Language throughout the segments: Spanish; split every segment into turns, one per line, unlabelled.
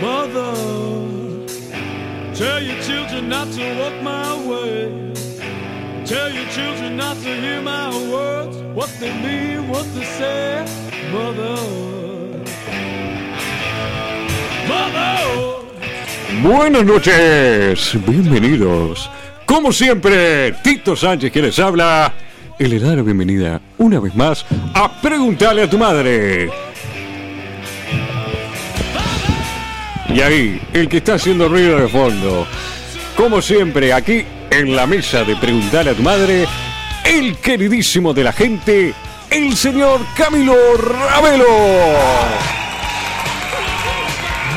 Mother, tell your children not to walk my way. Tell your children not to hear my words, what they mean, what they say. Mother, mother.
Buenas noches, bienvenidos. Como siempre, Tito Sánchez que les habla y le da la bienvenida una vez más a Preguntarle a tu madre. Y ahí, el que está haciendo ruido de fondo, como siempre, aquí en la mesa de Preguntarle a tu madre, el queridísimo de la gente, el señor Camilo Ravelo.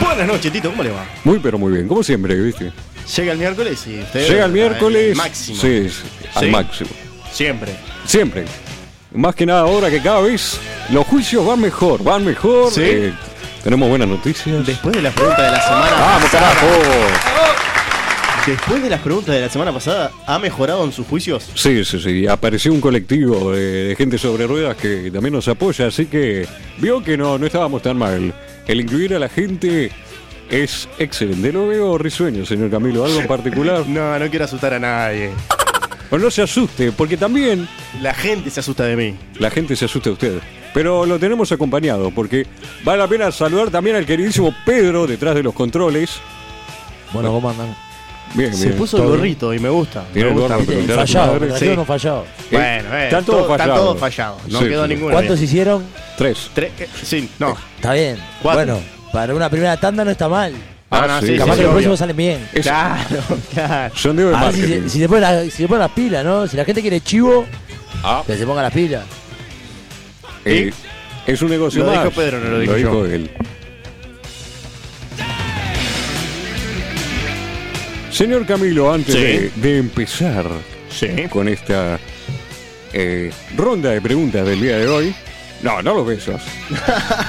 Buenas noches, Tito, ¿cómo le va?
Muy pero muy bien, como siempre, ¿viste?
Llega el miércoles y usted.
Llega el miércoles.
Máximo.
Sí, sí, al
Sí.
máximo.
Siempre.
Siempre. Más que nada ahora que cada vez los juicios van mejor, van mejor.
Sí.
eh, tenemos buenas noticias.
Después de las preguntas de la semana.
¡Vamos,
pasada-
carajo!
Ah. Después de las preguntas de la semana pasada, ¿ha mejorado en sus juicios?
Sí, sí, sí. Apareció un colectivo de, de gente sobre ruedas que también nos apoya, así que vio que no, no estábamos tan mal. El incluir a la gente es excelente. No veo risueño, señor Camilo, algo en particular.
No, no quiero asustar a nadie.
Pero no se asuste, porque también
La gente se asusta de mí.
La gente se asusta a usted. Pero lo tenemos acompañado porque vale la pena saludar también al queridísimo Pedro detrás de los controles.
Bueno, ¿cómo andan?
Bien,
Se
bien, Eh,
puso el
todo bien.
gorrito y me gusta.
Tiene
me
el
gusta.
gorro, pero- Claro,
fallado,
madre,
pero
sí.
yo no fallado.
Bueno, eh,
Están todos
todo- están
fallados.
todos fallados. No
Sí,
quedó
sí.
ninguno.
¿Cuántos
bien.
hicieron?
Tres.
Tres, eh, sí, no.
Está bien.
Cuatro.
Bueno, para una primera tanda no está mal.
Ah,
Ah, no,
sí,
sí,
sí,
Capaz
sí,
que los
obvio.
próximos salen bien.
Es
Claro, claro.
sondeo de
A ver si
marketing.
se, si se ponen las- si se ponen las pilas, ¿no? Si la gente quiere chivo,
Ah,
que se ponga las pilas.
eh, es un negocio
Lo
más.
dijo Pedro, no lo dije yo.
dijo él. Señor Camilo, antes
Sí.
de- de empezar,
Sí.
con esta eh, ronda de preguntas del día de hoy. No, no los besos.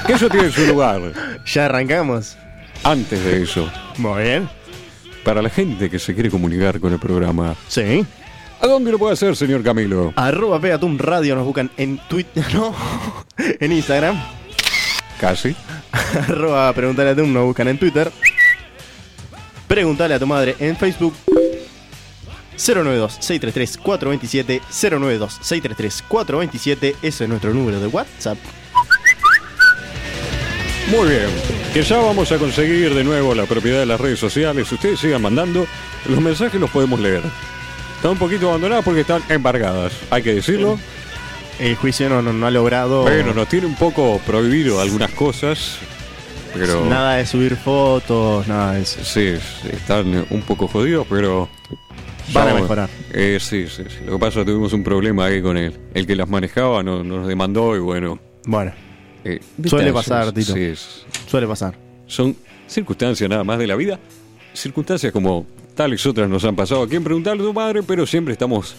Que eso tiene su lugar.
Ya arrancamos.
Antes de eso,
Muy bien.
para la gente que se quiere comunicar con el programa,
Sí.
¿a dónde lo puede hacer, señor Camilo?
Arroba Pegatum Radio nos buscan en Twitter, no, en Instagram.
Casi.
Arroba Preguntale a tu, nos buscan en Twitter. Preguntale a tu madre en Facebook. 092-633-427 092-633-427 Ese es nuestro número de WhatsApp
Muy bien. Que ya vamos a conseguir de nuevo la propiedad de las redes sociales. Ustedes sigan mandando. Los mensajes los podemos leer. Están un poquito abandonadas porque están embargadas. Hay que decirlo.
El juicio no, no, no ha logrado
Bueno, nos tiene un poco prohibido algunas cosas. Pero...
Nada de subir fotos Nada de eso
Sí, sí, están un poco jodidos, pero...
Van a
Vamos.
mejorar.
Eh, sí, sí, sí. Lo que pasa, tuvimos un problema ahí con él. El que las manejaba no- nos demandó y bueno...
Bueno,
eh,
Suele
detalles.
pasar, Tito.
Sí, es-
suele pasar
son circunstancias nada más de la vida. Circunstancias como tales otras nos han pasado. ¿A quién preguntarle a tu madre? Pero siempre estamos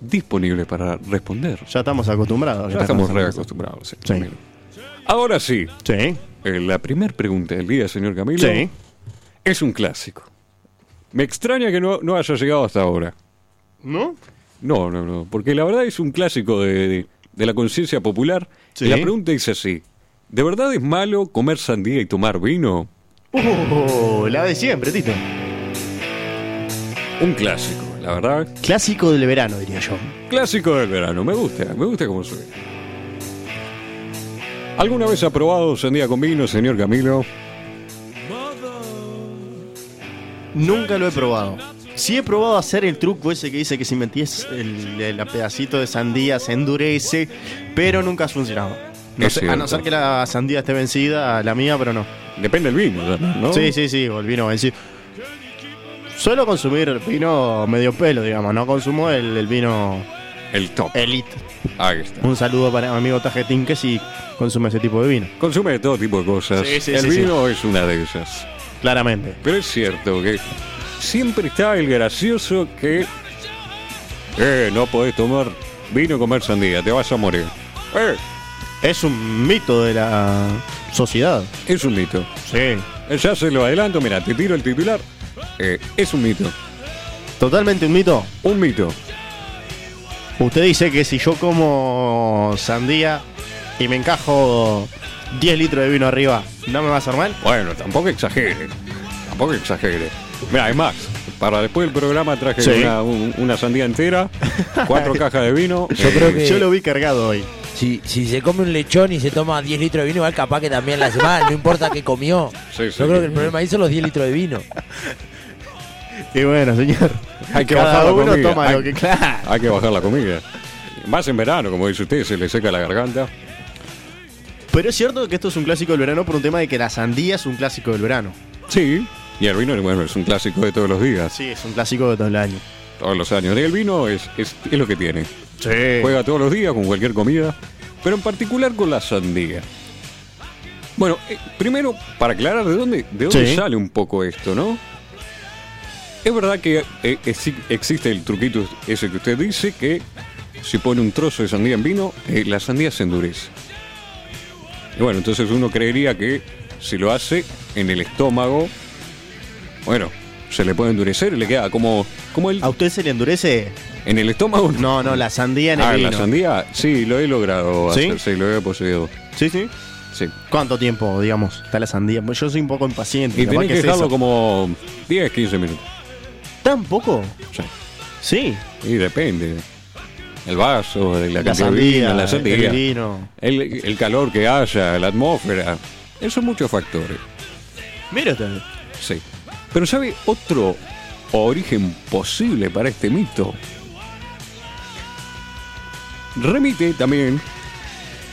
disponibles para responder.
Ya estamos acostumbrados a que
Ya
estas
estamos
cosas
reacostumbrados. sí,
Sí.
Camilo. Ahora sí,
pasen.
eh, la primer pregunta del día, señor Camilo.
Sí, sí
Es un clásico. Me extraña que no, no haya llegado hasta ahora.
¿No?
No, no, no. Porque la verdad es un clásico de, de- de la conciencia popular.
Sí.
Y la pregunta dice así. ¿De verdad es malo comer sandía y tomar vino?
Oh, la de siempre, Tito
Un clásico, la verdad.
Clásico del verano, diría yo
Clásico del verano. Me gusta, me gusta cómo suena. ¿Alguna vez ha probado sandía con vino, señor Camilo?
Nunca lo he probado. Sí he probado hacer el truco ese que dice que si metías el, el pedacito de sandía se endurece, pero nunca ha funcionado. No
Es
sé, a
cierto.
no ser que la sandía esté vencida, la mía, pero no.
Depende del vino, ¿no?
Sí, sí, sí, o el vino vencido. Suelo consumir vino medio pelo, digamos, no consumo el, el vino
El top.
elite.
Ahí está.
Un saludo para mi amigo Tajetín que sí consume ese tipo de vino,
Consume de todo tipo de cosas.
Sí, sí,
el
sí, sí.
vino es una de esas.
claramente.
Pero es cierto que siempre está el gracioso que. Eh, no podés tomar vino y comer sandía, te vas a morir. Eh,
Es un mito de la sociedad.
es un mito.
Sí.
Eh, Ya se lo adelanto, mira, te tiro el titular. Eh, es un mito.
Totalmente un mito.
Un mito.
Usted dice que si yo como sandía y me encajo 10 litros de vino arriba, ¿no me va a hacer mal?
Bueno, tampoco exagere. Tampoco exagere. Mira, es más, para después del programa traje
Sí.
una, un- una sandía entera, cuatro cajas de vino. eh,
Yo creo que-
Yo lo vi cargado hoy.
Si, si se come un lechón y se toma 10 litros de vino, igual capaz que también la hace mal, no importa qué comió.
Sí, sí.
Yo creo que el problema ahí son los 10 litros de vino.
Y bueno, señor.
Hay que bajar
Cada
la
uno
comida.
toma
hay,
lo que. Claro.
hay que bajar la comida. Más en verano, como dice usted, se le seca la garganta.
Pero es cierto que esto es un clásico del verano por un tema de que la sandía es un clásico del verano.
Sí. Y el vino, bueno, es un clásico de todos los días,
Sí, es un clásico de todo el año.
todos los años. Y el vino es, es, es lo que tiene.
Sí.
Juega todos los días con cualquier comida, pero en particular con la sandía. Bueno, eh, primero, para aclarar de dónde, de dónde
Sí.
sale un poco esto, ¿no? Es verdad que eh, exi- existe el truquito ese que usted dice, que si pone un trozo de sandía en vino, eh, la sandía se endurece. Y bueno, entonces uno creería que si lo hace en el estómago, bueno, se le puede endurecer y le queda como, como el...
¿A usted se le endurece?
En el estómago
No, no, la sandía en el
ah,
vino.
la sandía, sí, lo he logrado
¿Sí?
hacer, sí, lo he poseído.
Sí, sí.
Sí.
¿Cuánto tiempo, digamos, está la sandía? Pues Yo soy un poco impaciente.
Y
capaz
tenés que
es
dejarlo
eso.
como 10, 15 minutos.
¿Tan poco?
Sí.
Sí.
Y depende. El vaso, de la, cantidad de
La sandía,
vino, la
el
sandía,
vino.
el, el calor que haya, la atmósfera. Esos son muchos factores.
Mira usted.
Sí. Pero ¿sabe otro origen posible para este mito? Remite también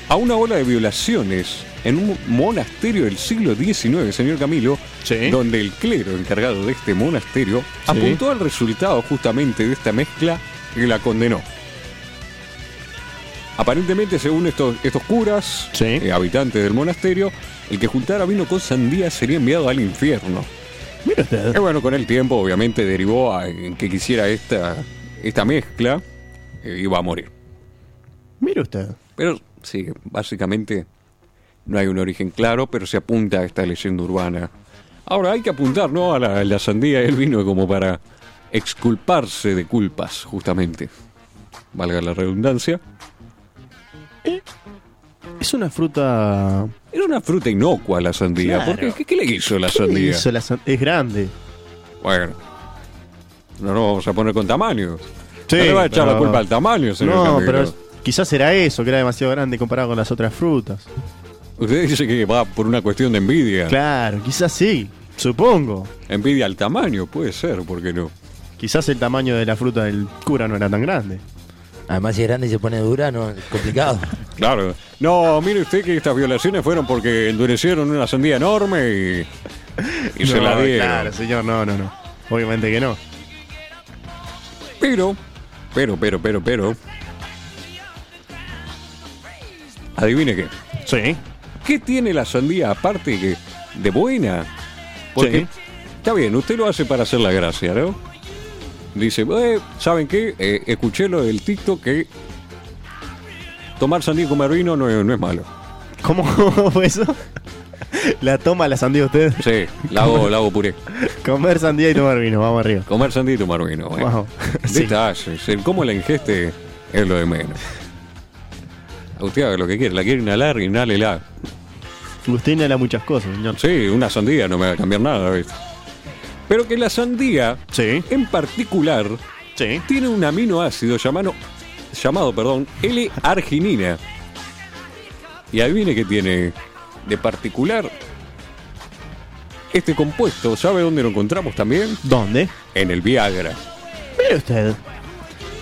a una ola de violaciones en un monasterio del siglo XIX, señor Camilo,
Sí.
donde el clero encargado de este monasterio apuntó al resultado justamente de esta mezcla y la condenó. Aparentemente, según estos, estos curas,
Sí.
eh, habitantes del monasterio, el que juntara vino con sandía sería enviado al infierno.
Mira usted.
Y bueno, con el tiempo obviamente derivó a en que quisiera esta, esta mezcla eh, iba a morir.
Mira usted.
Pero sí, básicamente no hay un origen claro, pero se apunta a esta leyenda urbana. Ahora hay que apuntar, ¿no? A la, la sandía y el vino como para exculparse de culpas, justamente. Valga la redundancia.
Es una fruta.
Es una fruta inocua la sandía.
Claro.
porque ¿qué, qué le hizo la
¿Qué le
sandía?
hizo la san- Es grande.
Bueno, no nos vamos a poner con tamaños.
Sí,
no le va a echar la
pero-
culpa al tamaño, señor
No,
Camilo.
pero es- quizás era eso, que era demasiado grande comparado con las otras frutas.
Usted dice que va por una cuestión de envidia.
Claro, quizás sí. Supongo.
Envidia al tamaño, puede ser, ¿por qué no?
Quizás el tamaño de la fruta del cura no era tan grande.
Además, si es grande y se pone dura, no, es complicado.
Claro. No, mire usted que estas violaciones fueron porque endurecieron una sandía enorme y, y se
No,
la dieron.
Claro, señor, no, no, no. Obviamente que no.
Pero, pero, pero, pero, pero. Adivine qué.
Sí.
¿Qué tiene la sandía aparte que de buena? Porque
Sí.
está bien, usted lo hace para hacer la gracia, ¿no? Dice, "Eh, ¿saben qué? Eh, escuché lo del TikTok que tomar sandía y comer vino no es, no es malo.
¿Cómo fue eso? La toma la sandía usted.
Sí, la hago, la hago puré.
Comer sandía y tomar vino, vamos arriba.
Comer sandía y tomar vino. Bueno.
Wow. Sí.
Detalles, el cómo la ingeste es lo de menos. Usted haga lo que quiera, la quiere inhalar, inhálela.
Usted inhala muchas cosas, señor.
Sí, una sandía no me va a cambiar nada, ¿viste? Pero que la sandía,
Sí.
en particular,
Sí.
tiene un aminoácido llamado, llamado perdón, L-arginina. Y adivine qué tiene de particular este compuesto. ¿Sabe dónde lo encontramos también?
¿Dónde?
En el Viagra.
Mire usted.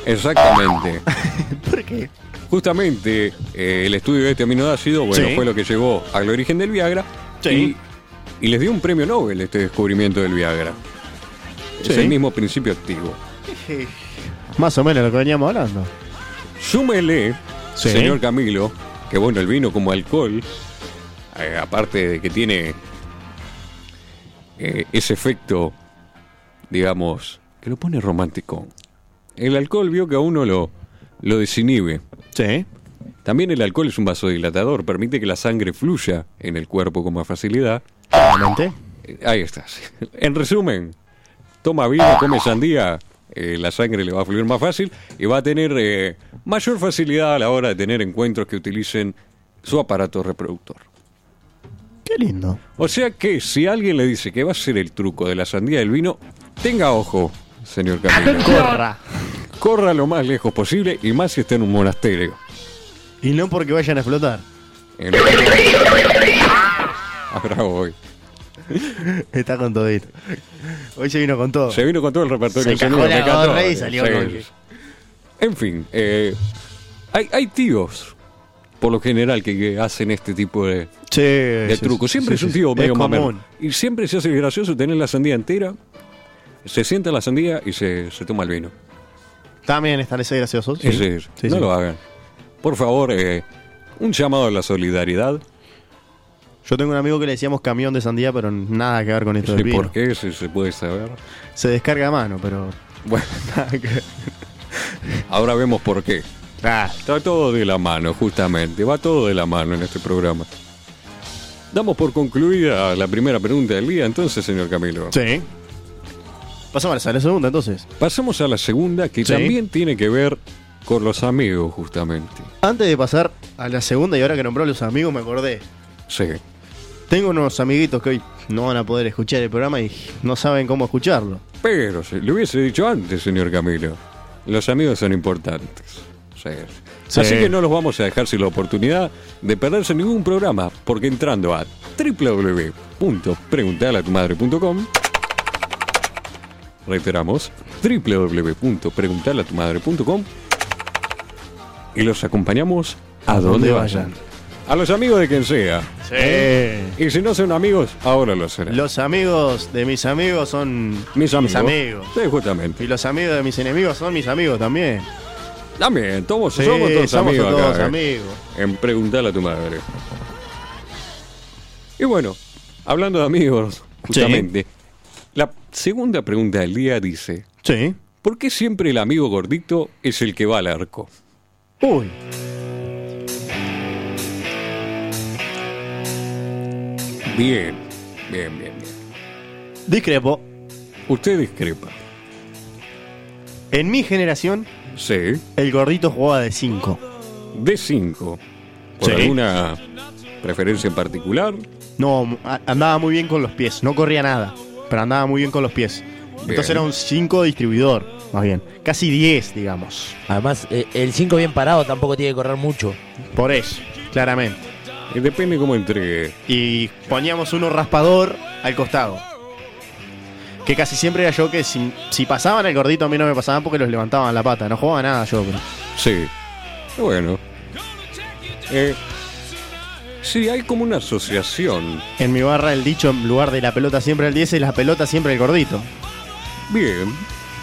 Exactamente.
¿Por qué?
Justamente eh, el estudio de este aminoácido, bueno,
Sí.
fue lo que llevó al origen del Viagra.
Sí.
Y, y les dio un premio Nobel este descubrimiento del Viagra. Es
Sí.
el mismo principio activo.
Más o menos lo que veníamos hablando.
Súmele,
Sí.
señor Camilo, que bueno, el vino como alcohol, eh, aparte de que tiene eh, ese efecto, digamos, que lo pone romántico. El alcohol vio que a uno lo, lo desinhibe.
Sí.
También el alcohol es un vasodilatador, permite que la sangre fluya en el cuerpo con más facilidad.
Claramente.
Eh, Ahí estás. En resumen, toma vino, come sandía, eh, la sangre le va a fluir más fácil y va a tener eh, mayor facilidad a la hora de tener encuentros que utilicen su aparato reproductor.
Qué lindo.
O sea que si alguien le dice que va a ser el truco de la sandía del vino, tenga ojo, señor Camilo.
Corra.
Corra lo más lejos posible y más si está en un monasterio.
Y no porque vayan a explotar.
En- Ahora voy.
Está con todito. Hoy se vino con todo.
Se vino con todo el repertorio.
Se
vino
cagó
con
la
Mecatón.
gorra y salió
Sí.
con que-
En fin, eh, hay, hay tíos, por lo general, que, que hacen este tipo de,
Sí,
de
sí,
trucos.
sí,
Siempre
sí,
es un
sí.
tío medio mamón.
común.
Y siempre se hace gracioso tener la sandía entera. Se sienta la sandía y se, se toma el vino.
También están esos graciosos. sí.
Ese es.
Sí,
no
sí.
lo hagan. Por favor, eh, un llamado a la solidaridad.
Yo tengo un amigo que le decíamos camión de sandía, pero nada que ver con esto del
Sí,
vino.
¿Por qué? Si se puede saber.
Se descarga a mano, pero
Bueno,
nada que ver.
ahora vemos por qué.
Ah,
Está todo de la mano, justamente. Va todo de la mano en este programa. Damos por concluida la primera pregunta del día, entonces, señor Camilo.
sí. Pasamos a la segunda, entonces.
Pasamos a la segunda, que
Sí.
también tiene que ver con los amigos, justamente.
Antes de pasar a la segunda y ahora que nombró a los amigos, me acordé.
Sí.
Tengo unos amiguitos que hoy no van a poder escuchar el programa y no saben cómo escucharlo.
Pero si le hubiese dicho antes, señor Camilo. Los amigos son importantes. Sí.
Sí.
Así que no los vamos a dejar sin la oportunidad de perderse ningún programa, porque entrando a www.preguntalatumadre.com Reiteramos, www.preguntalatumadre.com y los acompañamos a donde
Donde
vayan.
vayan.
A los amigos de quien sea.
Sí.
Y si no son amigos, ahora lo serán.
Eh, Los amigos de mis amigos son
Mis amigos.
amigos.
Sí, justamente.
Y los amigos de mis enemigos son mis amigos también.
También, todos,
Sí,
somos todos
somos
amigos.
todos
acá, eh.
amigos.
en preguntarle a tu madre. Y bueno, hablando de amigos, justamente, la segunda pregunta del día dice,
Sí.
¿por qué siempre el amigo gordito es el que va al arco?
Uy.
Bien, bien, bien, bien.
Discrepo.
Usted discrepa.
En mi generación,
Sí,
el gordito jugaba de 5.
de 5. ¿Por
Sí.
alguna preferencia en particular?
No, a- andaba muy bien con los pies. No corría nada, pero andaba muy bien con los pies. Entonces
Bien.
era un 5 distribuidor, más bien. Casi 10, digamos.
Además, eh, el 5 bien parado tampoco tiene que correr mucho.
Por eso, claramente.
Eh, Depende cómo entregue.
Y poníamos uno raspador al costado. Que casi siempre era yo que si, si pasaban al gordito a mí no me pasaban porque los levantaban la pata. No jugaba nada yo. pero-
Sí. Bueno. Eh, sí, hay como una asociación
En mi barra el dicho en lugar de la pelota siempre al 10 es la pelota siempre al gordito.
Bien.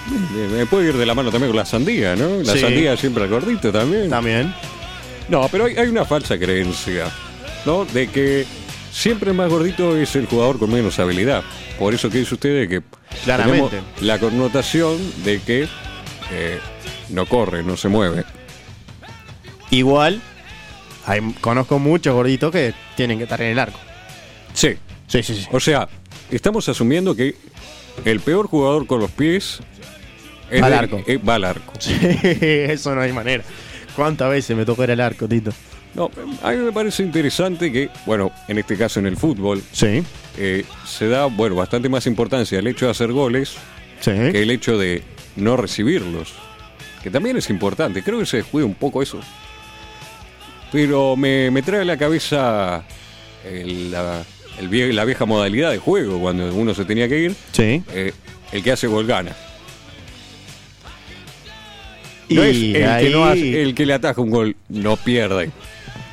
Bien, bien, bien. Puede ir de la mano también con la sandía, ¿no? La
Sí.
sandía siempre al gordito también.
También.
No, pero hay, hay una falsa creencia, ¿no? De que siempre el más gordito es el jugador con menos habilidad. Por eso que dice usted de que
Claramente.
tenemos la connotación de que eh, no corre, no se mueve.
Igual, hay- conozco muchos gorditos que tienen que estar en el arco.
Sí.
Sí, sí, sí.
O sea, estamos asumiendo que el peor jugador con los pies es
Va al
el-
arco.
eh, va al arco.
Eso no hay manera. ¿Cuántas veces me tocó ir al arco, Tito?
No, a mí me parece interesante que, bueno, en este caso en el fútbol,
Sí,
eh, se da bueno bastante más importancia al hecho de hacer goles
sí.
que el hecho de no recibirlos, que también es importante. Creo que se descuida un poco eso. Pero me, me trae a la cabeza el- la, el vie- la vieja modalidad de juego cuando uno se tenía que ir.
Sí.
eh, el que hace gol gana.
Y
No es el,
ahí-
que no hace- el que le ataja un gol no pierde.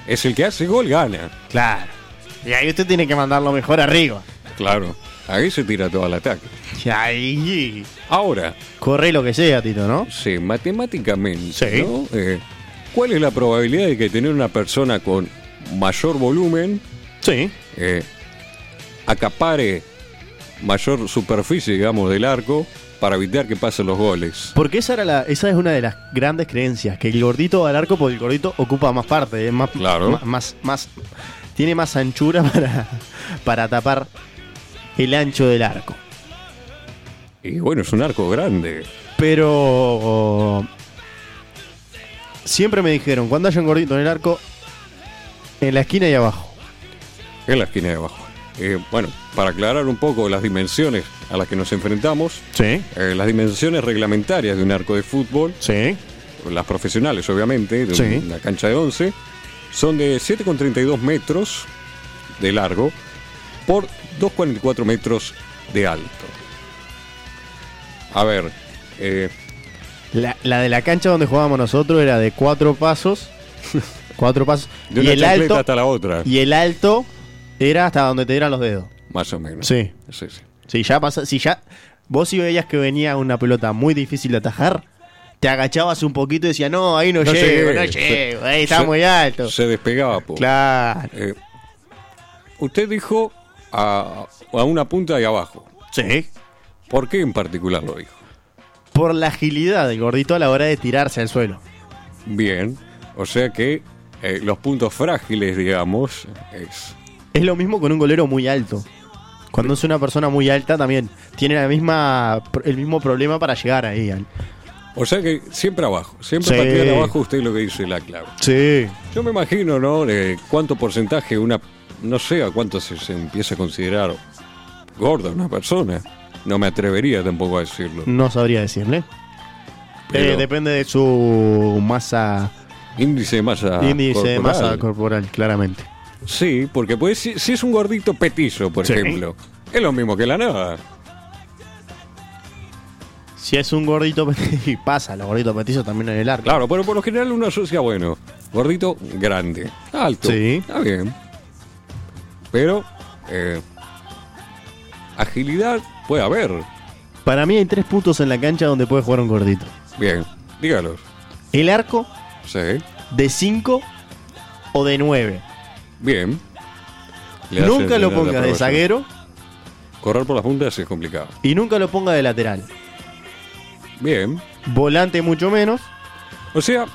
Es el que hace gol gana.
Claro. Y ahí usted tiene que mandarlo mejor arriba.
Claro. Ahí se tira todo al ataque.
Y ahí.
Ahora,
Corre lo que sea, Tito, ¿no?
Sí, matemáticamente,
Sí.
¿no? Eh, ¿Cuál es la probabilidad de que tener una persona con mayor volumen
Sí.
eh, acapare mayor superficie, digamos, del arco para evitar que pasen los goles?
Porque esa, era la, esa es una de las grandes creencias, que el gordito va al arco porque el gordito ocupa más parte, es más,
Claro.
ma- más, más, tiene más anchura para, para tapar el ancho del arco.
Y bueno, es un arco grande.
Pero siempre me dijeron, cuando haya un gordito en el arco, en la esquina y abajo.
En la esquina de abajo. eh, bueno, para aclarar un poco las dimensiones a las que nos enfrentamos,
Sí,
eh, las dimensiones reglamentarias de un arco de fútbol,
sí.
las profesionales obviamente, de
Sí.
una cancha de 11, son de 7,32 metros de largo por 2,44 metros de alto. A ver, eh,
La, la de la cancha donde jugábamos nosotros era de cuatro pasos. cuatro pasos.
de
y
una
el
chancleta
alto.
hasta la otra,
Y el alto era hasta donde te dieran los dedos.
más o menos.
Sí.
Sí, sí.
Si ya pasa, si ya. Vos si veías que venía una pelota muy difícil de atajar, te agachabas un poquito y decías, no, ahí no,
No
llego,
llegué.
no
Se-
llego, ahí está
se-
muy alto.
Se despegaba, po.
Claro.
Eh, usted dijo a, a una punta de abajo.
Sí.
¿Por qué en particular lo dijo?
Por la agilidad del gordito a la hora de tirarse al suelo.
Bien, o sea que eh, los puntos frágiles, digamos, es...
Es lo mismo con un golero muy alto. Cuando es una persona muy alta también tiene la misma el mismo problema para llegar ahí. al-
O sea que siempre abajo, siempre
Sí.
patear abajo usted es lo que dice la clave.
Sí.
Yo me imagino, ¿no? De cuánto porcentaje una... No sé a cuánto se, se empieza a considerar gorda una persona. No me atrevería tampoco a decirlo.
No sabría decirle.
Pero-
Eh, depende de su masa
Índice de masa
índice de masa
Ah, corporal.
corporal, claramente.
Sí, porque pues si, si es un gordito petizo, por
Sí.
ejemplo, es lo mismo que la nada.
Si es un gordito petizo, y pasa, los gorditos petizos también en el arco.
Claro, pero por lo general uno asocia, bueno, gordito grande, alto.
Sí.
Está bien. Pero, eh, agilidad puede haber.
Para mí hay tres puntos en la cancha donde puede jugar un gordito.
Bien, dígalos.
El arco
Sí,
de 5 o de 9.
bien. Le hacen
Nunca lo
la- la
pongas de
aprobación.
zaguero
Correr por las puntas es complicado.
y nunca lo pongas de lateral.
Bien.
Volante mucho menos.
O sea,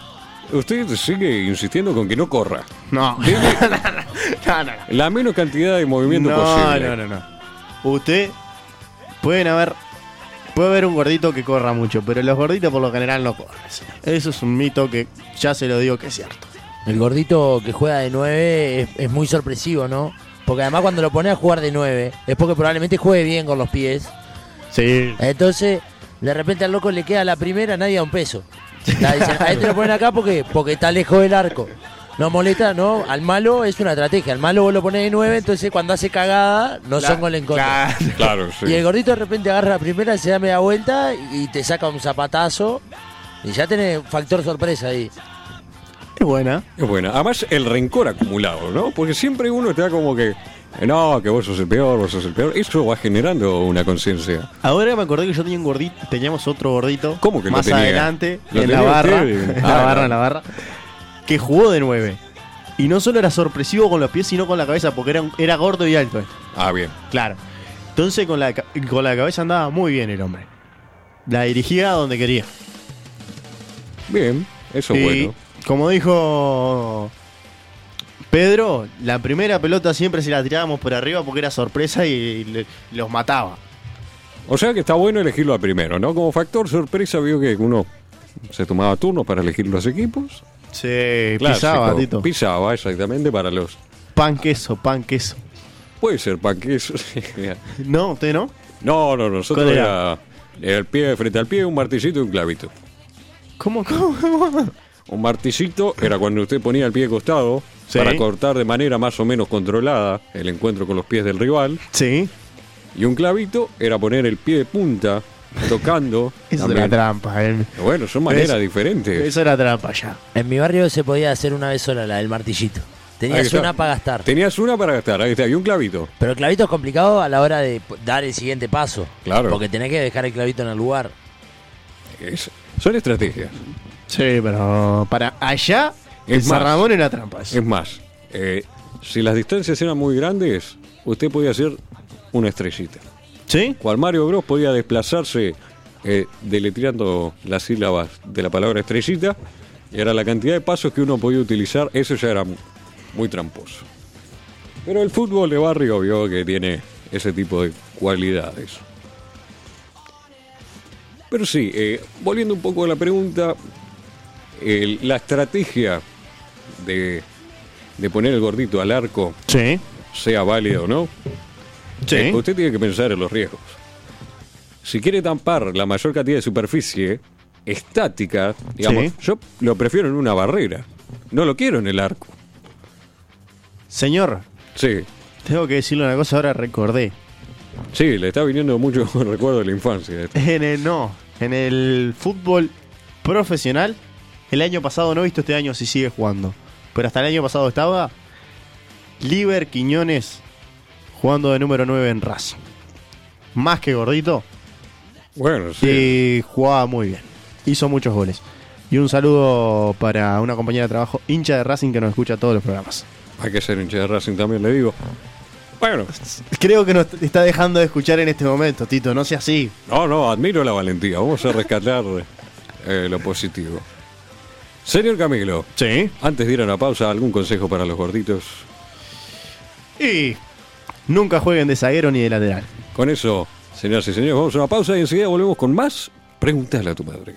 usted sigue insistiendo con que no corra.
No. no, no.
La menos cantidad de movimiento
No,
posible.
no, no, no. Usted pueden haber puede haber un gordito que corra mucho, pero los gorditos por lo general no corren. señor. Eso es un mito que ya se lo digo que es cierto.
El gordito que juega de 9 es, es muy sorpresivo, ¿no? Porque además cuando lo pones a jugar de 9 es porque probablemente juegue bien con los pies.
Sí.
Entonces, de repente al loco le queda la primera, nadie da un peso. La dicen, A este lo ponen acá porque, porque está lejos del arco. No molesta, no. Al malo es una estrategia. Al malo vos lo pones de 9, entonces cuando hace cagada no son gol en contra.
Claro, sí.
Y el gordito de repente agarra la primera, se da media vuelta y te saca un zapatazo. Y ya tenés factor sorpresa ahí.
Es buena.
Es buena. Además, el rencor acumulado, ¿no? Porque siempre uno está como que, no, que vos sos el peor, vos sos el peor. Eso va generando una conciencia.
Ahora me acordé que yo tenía un gordito, teníamos otro gordito
¿Cómo que lo
más
tenía?
adelante
¿Lo
en
tenía
la barra,
usted?
en
Ah,
la barra,
no.
en la barra, que jugó de 9. Y no solo era sorpresivo con los pies, sino con la cabeza, porque era, un- era gordo y alto. eh.
Ah, bien.
Claro. Entonces con la, ca- con la cabeza andaba muy bien el hombre. La dirigía donde quería.
Bien. Eso es
Y,
bueno.
Como dijo Pedro, la primera pelota siempre se la tirábamos por arriba porque era sorpresa y le- los mataba.
O sea que está bueno elegirlo al primero, ¿no? Como factor sorpresa, vio que uno se tomaba turnos para elegir los equipos.
Se
Clásico.
pisaba, Tito.
Pisaba, exactamente, para los.
pan queso, pan queso.
Puede ser panqueso.
No, usted no.
no, no, nosotros
¿Cuál
era? el pie frente al pie, un martillito y un clavito.
¿Cómo, cómo, cómo?
Un martillito era cuando usted ponía el pie de costado
Sí.
para cortar de manera más o menos controlada el encuentro con los pies del rival.
Sí.
Y un clavito era poner el pie de punta tocando.
Eso
también.
era trampa. eh.
bueno, son maneras
Es-
diferentes.
Eso era trampa ya.
En mi barrio se podía hacer una vez sola la del martillito.
Ahí
Tenías
está.
una para gastar.
Tenías una para gastar, ahí está, y un clavito.
Pero el clavito es complicado a la hora de p- dar el siguiente paso.
Claro.
Porque tenés que dejar el clavito en el lugar.
Es- son estrategias.
Sí, pero para allá,
Es
el
más.
Sarramón era trampa.
Es más, eh, si las distancias eran muy grandes, usted podía hacer una estrellita.
¿Sí?
Cual Mario Bros podía desplazarse eh, deletriando las sílabas de la palabra estrellita, y era la cantidad de pasos que uno podía utilizar, eso ya era mu- muy tramposo. Pero el fútbol de barrio vio que tiene ese tipo de cualidades. Pero sí, eh, volviendo un poco a la pregunta, el- la estrategia de, de poner el gordito al arco,
Sí.
sea válida o no,
Sí.
Eh, usted tiene que pensar en los riesgos. Si quiere tampar la mayor cantidad de superficie estática, digamos,
Sí.
yo lo prefiero en una barrera. No lo quiero en el arco.
Señor,
Sí,
tengo que decirle una cosa, ahora recordé.
sí, le está viniendo mucho recuerdo de la infancia. esto.
En el, no, en el fútbol profesional, el año pasado no he visto este año si sigue jugando. Pero hasta el año pasado estaba Liber Quiñones jugando de número 9 en Racing. Más que gordito,
Bueno, sí.
y jugaba muy bien. Hizo muchos goles. Y un saludo para una compañera de trabajo, hincha de Racing, que nos escucha todos los programas.
Hay que ser hincha de Racing también, le digo. Bueno,
Creo que nos está dejando de escuchar en este momento, Tito. No sea así.
no, no, admiro la valentía. Vamos a rescatar eh, lo positivo. Señor Camilo,
Sí.
antes de ir a la pausa, ¿algún consejo para los gorditos?
Y nunca jueguen de zaguero ni de lateral.
Con eso, señoras y señores, vamos a una pausa y enseguida volvemos con más. Pregúntale a tu madre.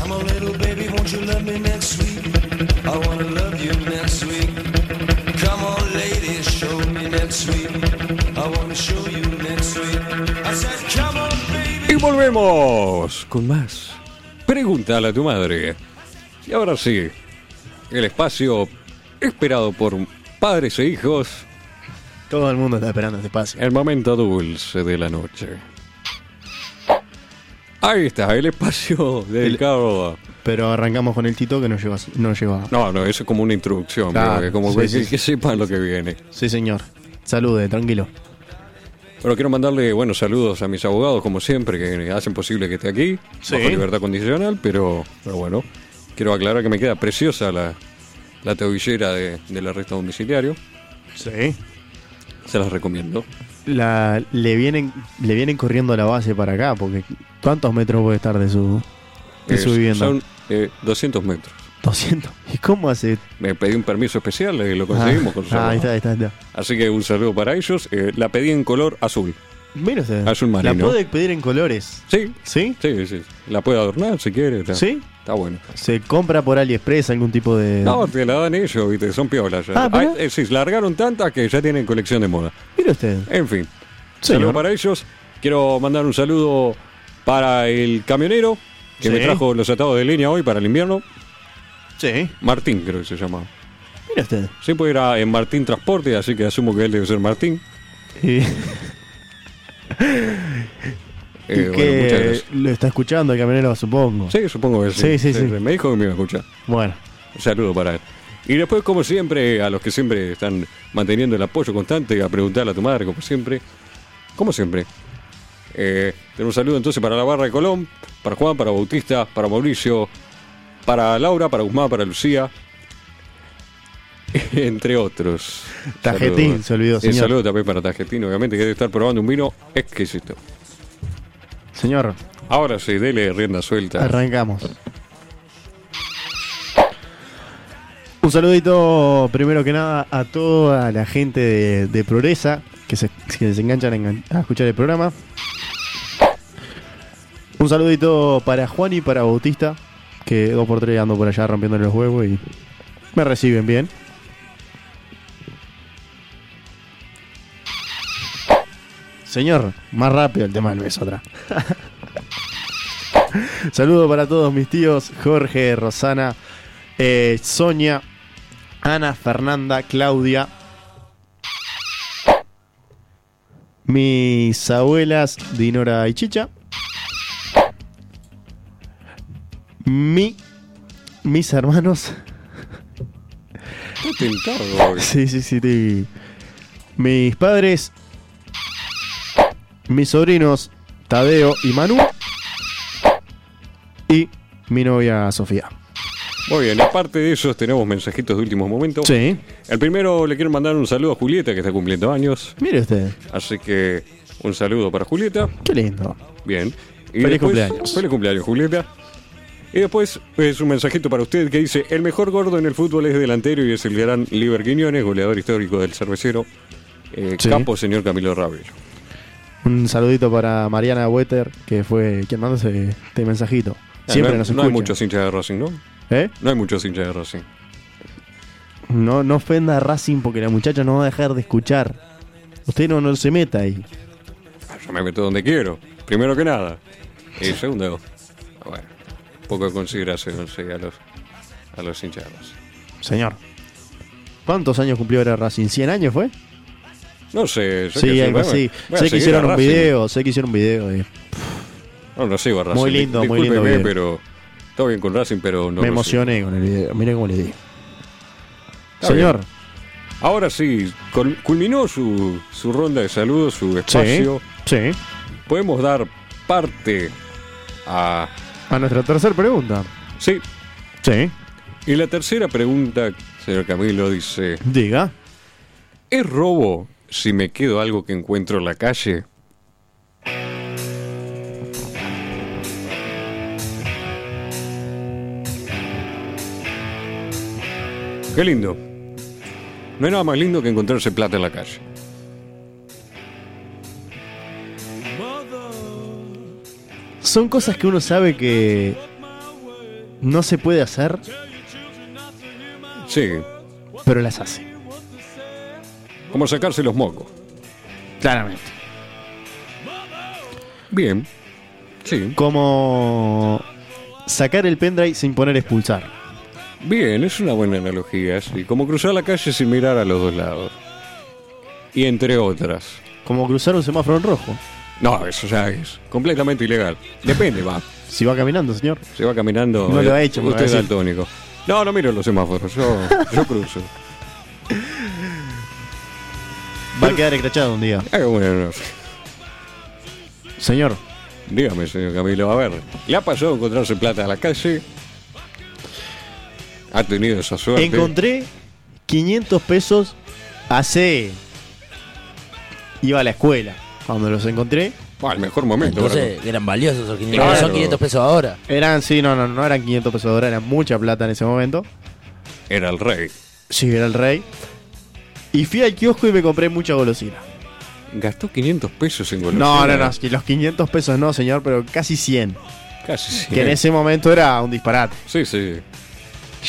Come on, little baby, won't you love me next week? I wanna love you next week. Come on, lady, show me next week. I wanna show you next week. I said, come on, baby.
Y volvemos con más. Pregúntale a tu madre. Y ahora sí, el espacio esperado por padres e hijos,
Todo el mundo está esperando este espacio.
el momento dulce de la noche. Ahí está, el espacio dedicado a...
Pero arrancamos con el Tito que no llegó. así- No llegó.
No, no, eso es como una introducción,
Claro,
pero que como
sí,
que,
sí, sí.
que sepan lo que viene.
Sí, señor. Salude, tranquilo.
Bueno, quiero mandarle buenos saludos a mis abogados, como siempre, que hacen posible que esté aquí,
Sí.
bajo libertad condicional, pero, pero bueno, quiero aclarar que me queda preciosa la, la tobillera de- del arresto domiciliario,
Sí.
se las recomiendo.
La, le, vienen, le vienen corriendo a la base para acá, porque ¿cuántos metros puede estar de su, de
Eh,
su vivienda?
Son eh, 200 metros.
200. ¿Y cómo hace?
Me pedí un permiso especial y lo conseguimos Pues
Ah,
con los
ah, ahí
abogados.
está, ahí está, ahí está.
Así que un saludo para ellos. Eh, la pedí en color azul.
Mira usted.
Azul
La
marino.
puede pedir en colores.
Sí,
¿Sí?
sí, sí. La puede adornar si quiere. Está,
¿Sí?
está bueno.
¿Se compra por AliExpress algún tipo de.?
No, te la dan ellos, viste, son piolas. ya.
Ah, pero-
Ay, eh, sí, largaron tantas que ya tienen colección de moda.
Mire usted.
En fin,
Señor.
saludo para ellos. Quiero mandar un saludo para el camionero que
Sí.
me trajo los atados de línea hoy para el invierno.
Sí.
Martín, creo que se llama.
Mire usted.
Siempre era en Martín Transporte, así que asumo que él debe ser Martín.
Y,
Eh,
y
bueno, muchas
que
gracias.
lo está escuchando el camionero, supongo.
Sí, supongo que sí.
Sí, sí, sí.
Me dijo que me iba a escuchar.
Bueno.
Un saludo para él. Y después, como siempre, a los que siempre están manteniendo el apoyo constante, a preguntarle a tu madre, como siempre. Como siempre. Eh, tengo un saludo entonces para la barra de Colón, para Juan, para Bautista, para Mauricio, para Laura, para Guzmán, para Lucía, entre otros.
Tajetín,
Saludos.
se olvidó,
Y Un
señor.
saludo también para Tajetín, obviamente, que debe estar probando un vino exquisito.
Señor,
Ahora sí, dele rienda suelta.
arrancamos. Un saludito primero que nada a toda la gente de, de Progresa que se, que se enganchan a engan- a escuchar el programa. Un saludito para Juan y para Bautista, que dos por tres ando por allá rompiéndole los huevos y me reciben bien. Señor, más rápido el tema del beso atrás. Saludo para todos mis tíos, Jorge, Rosana, eh, Sonia, Ana, Fernanda, Claudia. Mis abuelas, Dinora y Chicha. Mi, mis hermanos.
Está tentado hoy.
Sí, sí, sí. te- Mis padres. Mis sobrinos, Tadeo y Manu. Y mi novia, Sofía.
Muy bien, aparte de esos, tenemos mensajitos de último momento.
Sí.
El primero le quiero mandar un saludo a Julieta que está cumpliendo años,
Mire usted,
así que un saludo para Julieta.
qué lindo.
Bien. Y
Feliz cumpleaños.
Feliz cumpleaños, Julieta. Y después es un mensajito para usted que dice: El mejor gordo en el fútbol es delantero y es el gran Liber Quiñones, goleador histórico del cervecero. Eh,
Sí.
Capo, señor Camilo Ravelo.
Un saludito para Mariana Wetter, que fue quien mandó ese, este mensajito. Siempre
no,
nos
no
escucha.
hay muchos hinchas de Racing, ¿no?
¿Eh?
No hay muchos hinchas de Racing.
No, no ofenda a Racing porque la muchacha no va a dejar de escuchar. Usted no, no se meta ahí.
Ah, Yo me meto donde quiero, primero que nada. Y segundo, bueno, poco de consideración sí, a los, a los hinchas de Racing.
Señor. ¿Cuántos años cumplió ahora Racing? ¿100 años fue?
No sé, yo qué
sí,
sé,
algo
bueno,
así.
voy a
Sé que
seguir
hicieron
a
un
Racing.
video, sé que hicieron un video. eh.
No, no sigo a Racing.
Muy lindo,
Di-
muy lindo
discúlpeme,
video.
pero todo bien con Racing, pero no.
Me
lo sigo.
emocioné con el video. Mire cómo le di.
Está
Señor,
Ahora sí, cul- culminó su, su ronda de saludos, su
sí,
espacio.
sí.
Podemos dar parte a.
A nuestra tercera pregunta.
Sí,
Sí,
y la tercera pregunta, señor Camilo, dice:
diga.
¿Es robo si me quedo algo que encuentro en la calle? Qué lindo. No hay nada más lindo que encontrarse plata en la calle.
Son cosas que uno sabe que no se puede hacer,
Sí,
pero las hace.
como sacarse los mocos.
Claramente.
Bien. Sí.
Como sacar el pendrive sin poner expulsar.
Bien, es una buena analogía, sí. Como cruzar la calle sin mirar a los dos lados. Y entre otras.
Como cruzar un semáforo en rojo.
No, eso ya es completamente ilegal. Depende, va.
Si va caminando, señor.
Se va caminando.
No lo ha
eh,
hecho, me
Usted es
parece.
daltónico. No, no miro los semáforos. Yo, yo cruzo.
Va a quedar escrachado un día.
Ah, bueno, no sé.
Señor,
Dígame, señor Camilo. A ver, ¿le ha pasado encontrarse plata a la calle? ¿Ha tenido esa suerte?
encontré 500 pesos hace... Iba a la escuela. Cuando los encontré,
Ah, el mejor momento. para-
Entonces eran valiosos esos 500
Claro.
Son 500 pesos ahora.
eran, sí, no, no, no eran 500 pesos de dólar, eran mucha plata en ese momento.
Era el rey.
Sí, era el rey. Y fui al kiosco y me compré mucha golosina.
Gastó 500 pesos en
No,
golosina.
no, no, que los 500 pesos no, señor, pero casi 100.
Casi sí.
Que en ese momento era un disparate.
Sí, sí.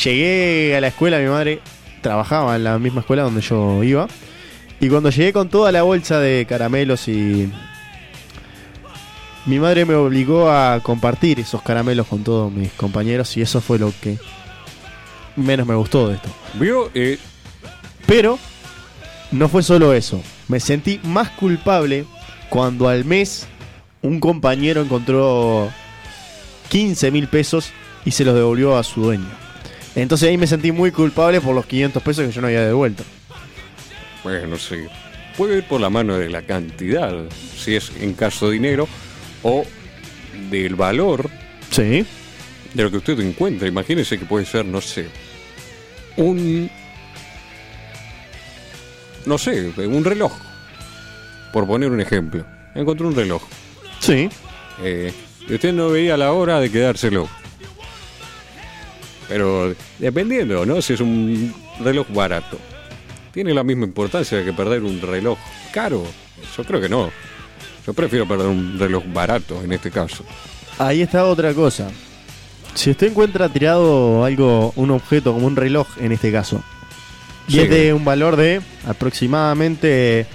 Llegué a la escuela, mi madre trabajaba en la misma escuela donde yo iba. Y cuando llegué con toda la bolsa de caramelos y... Mi madre me obligó a compartir esos caramelos con todos mis compañeros y eso fue lo que menos me gustó de esto.
Vio, eh,
Pero no fue solo eso. Me sentí más culpable cuando al mes un compañero encontró 15 mil pesos y se los devolvió a su dueño. Entonces ahí me sentí muy culpable por los 500 pesos que yo no había devuelto.
bueno, sí. Puede ir por la mano de la cantidad, si es en caso de dinero, o del valor
Sí.
de lo que usted encuentra. Imagínese que puede ser, no sé, un. No sé, un reloj. Por poner un ejemplo. Encontró un reloj.
Sí.
Eh, y usted no veía la hora de quedárselo. Pero dependiendo, ¿no? Si es un reloj barato. ¿Tiene la misma importancia que perder un reloj caro? Yo creo que no. Yo prefiero perder un reloj barato en este caso.
Ahí está otra cosa. Si usted encuentra tirado algo, un objeto como un reloj en este caso, y
Sí.
es de un valor de aproximadamente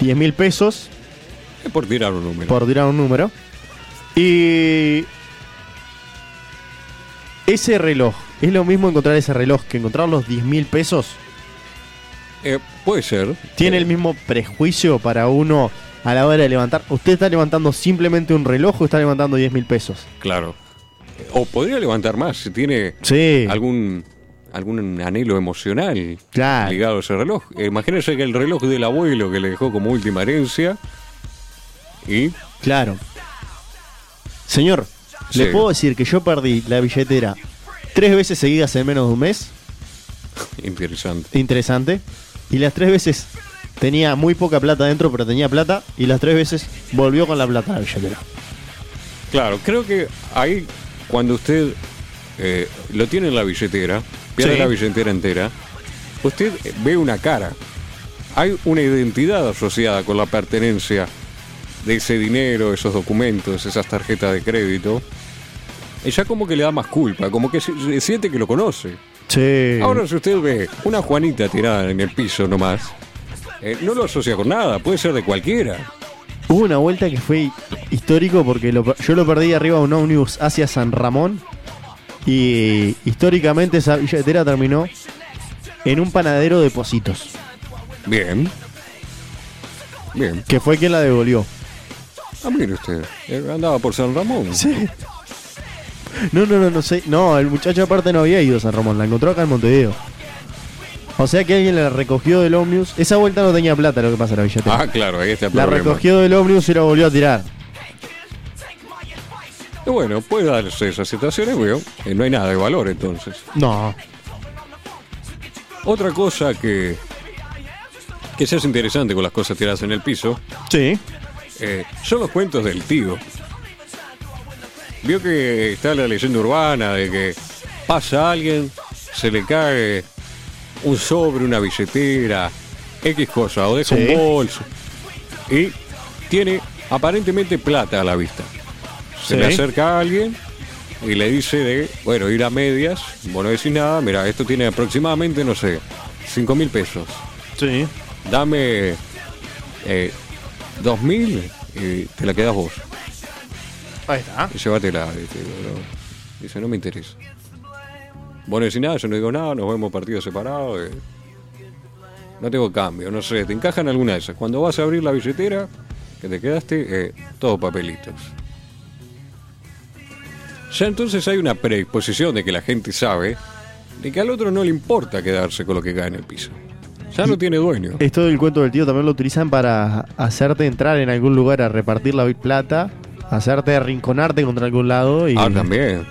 10 mil pesos,
Es por tirar un número.
por tirar un número. Y ese reloj, es lo mismo encontrar ese reloj que encontrar los 10 mil pesos.
Eh, puede ser. Eh,
Tiene el mismo prejuicio para uno a la hora de levantar. ¿Usted está levantando simplemente un reloj o está levantando 10 mil pesos?
Claro. O podría levantar más si tiene
Sí.
algún algún anhelo emocional
Claro.
ligado a ese reloj. Eh, Imagínense que el reloj del abuelo que le dejó como última herencia y
Claro. Señor, ¿le
Sí.
puedo decir que yo perdí la billetera tres veces seguidas en menos de un mes?
interesante.
Interesante. Y las tres veces tenía muy poca plata dentro, pero tenía plata. Y las tres veces volvió con la plata a la billetera.
Claro, creo que ahí cuando usted eh, lo tiene en la billetera, pierde
Sí.
la billetera entera, usted ve una cara. Hay una identidad asociada con la pertenencia de ese dinero, esos documentos, esas tarjetas de crédito. Y ya como que le da más culpa, como que se- se siente que lo conoce.
Sí.
Ahora si usted ve una Juanita tirada en el piso nomás, eh, no lo asocia con nada, puede ser de cualquiera.
Hubo una vuelta que fue histórico porque lo per- yo lo perdí arriba de un ómnibus hacia San Ramón. Y históricamente esa billetera terminó en un panadero de Positos,
Bien. Bien.
que fue quien la devolvió.
Ah, mire usted. eh, Andaba por San Ramón.
Sí. No, no, no, no sé. No, el muchacho aparte no había ido a San Ramón, la encontró acá en Montevideo. O sea que alguien la recogió del ómnibus. Esa vuelta no tenía plata, lo que pasa en la billetera.
Ah, claro, ahí está el
la
problema.
recogió del ómnibus y la volvió a tirar.
Y Bueno, puede darse esas situaciones, veo. eh, no hay nada de valor entonces.
No.
Otra cosa que. que se hace interesante con las cosas tiradas en el piso
Sí.
Eh, son los cuentos del tío. Vio que está la leyenda urbana de que pasa alguien, se le cae un sobre, una billetera, X cosa, o deja
Sí.
un bolso. Y tiene aparentemente plata a la vista. Se
Sí.
le acerca a alguien y le dice de, bueno, ir a medias, vos no decís nada, mira, esto tiene aproximadamente, no sé, 5 mil pesos
Sí.
dame eh, 2000 y te la quedas vos.
Ahí está.
Y llévatela. dice, no, no. Dice, no me interesa. Vos no decís nada, yo no digo nada, nos vemos partidos separados. eh. No tengo cambio, no sé, te encajan alguna de esas. Cuando vas a abrir la billetera, que te quedaste, eh, todos papelitos. Ya entonces hay una predisposición de que la gente sabe de que al otro no le importa quedarse con lo que cae en el piso. Ya no tiene dueño.
Esto del cuento del tío también lo utilizan para hacerte entrar en algún lugar a repartir la plata, hacerte arrinconarte contra algún lado y.
Ah, también.